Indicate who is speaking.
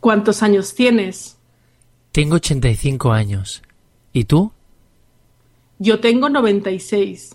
Speaker 1: ¿Cuántos años tienes?
Speaker 2: Tengo 85 años. ¿Y tú?
Speaker 1: Yo tengo 96.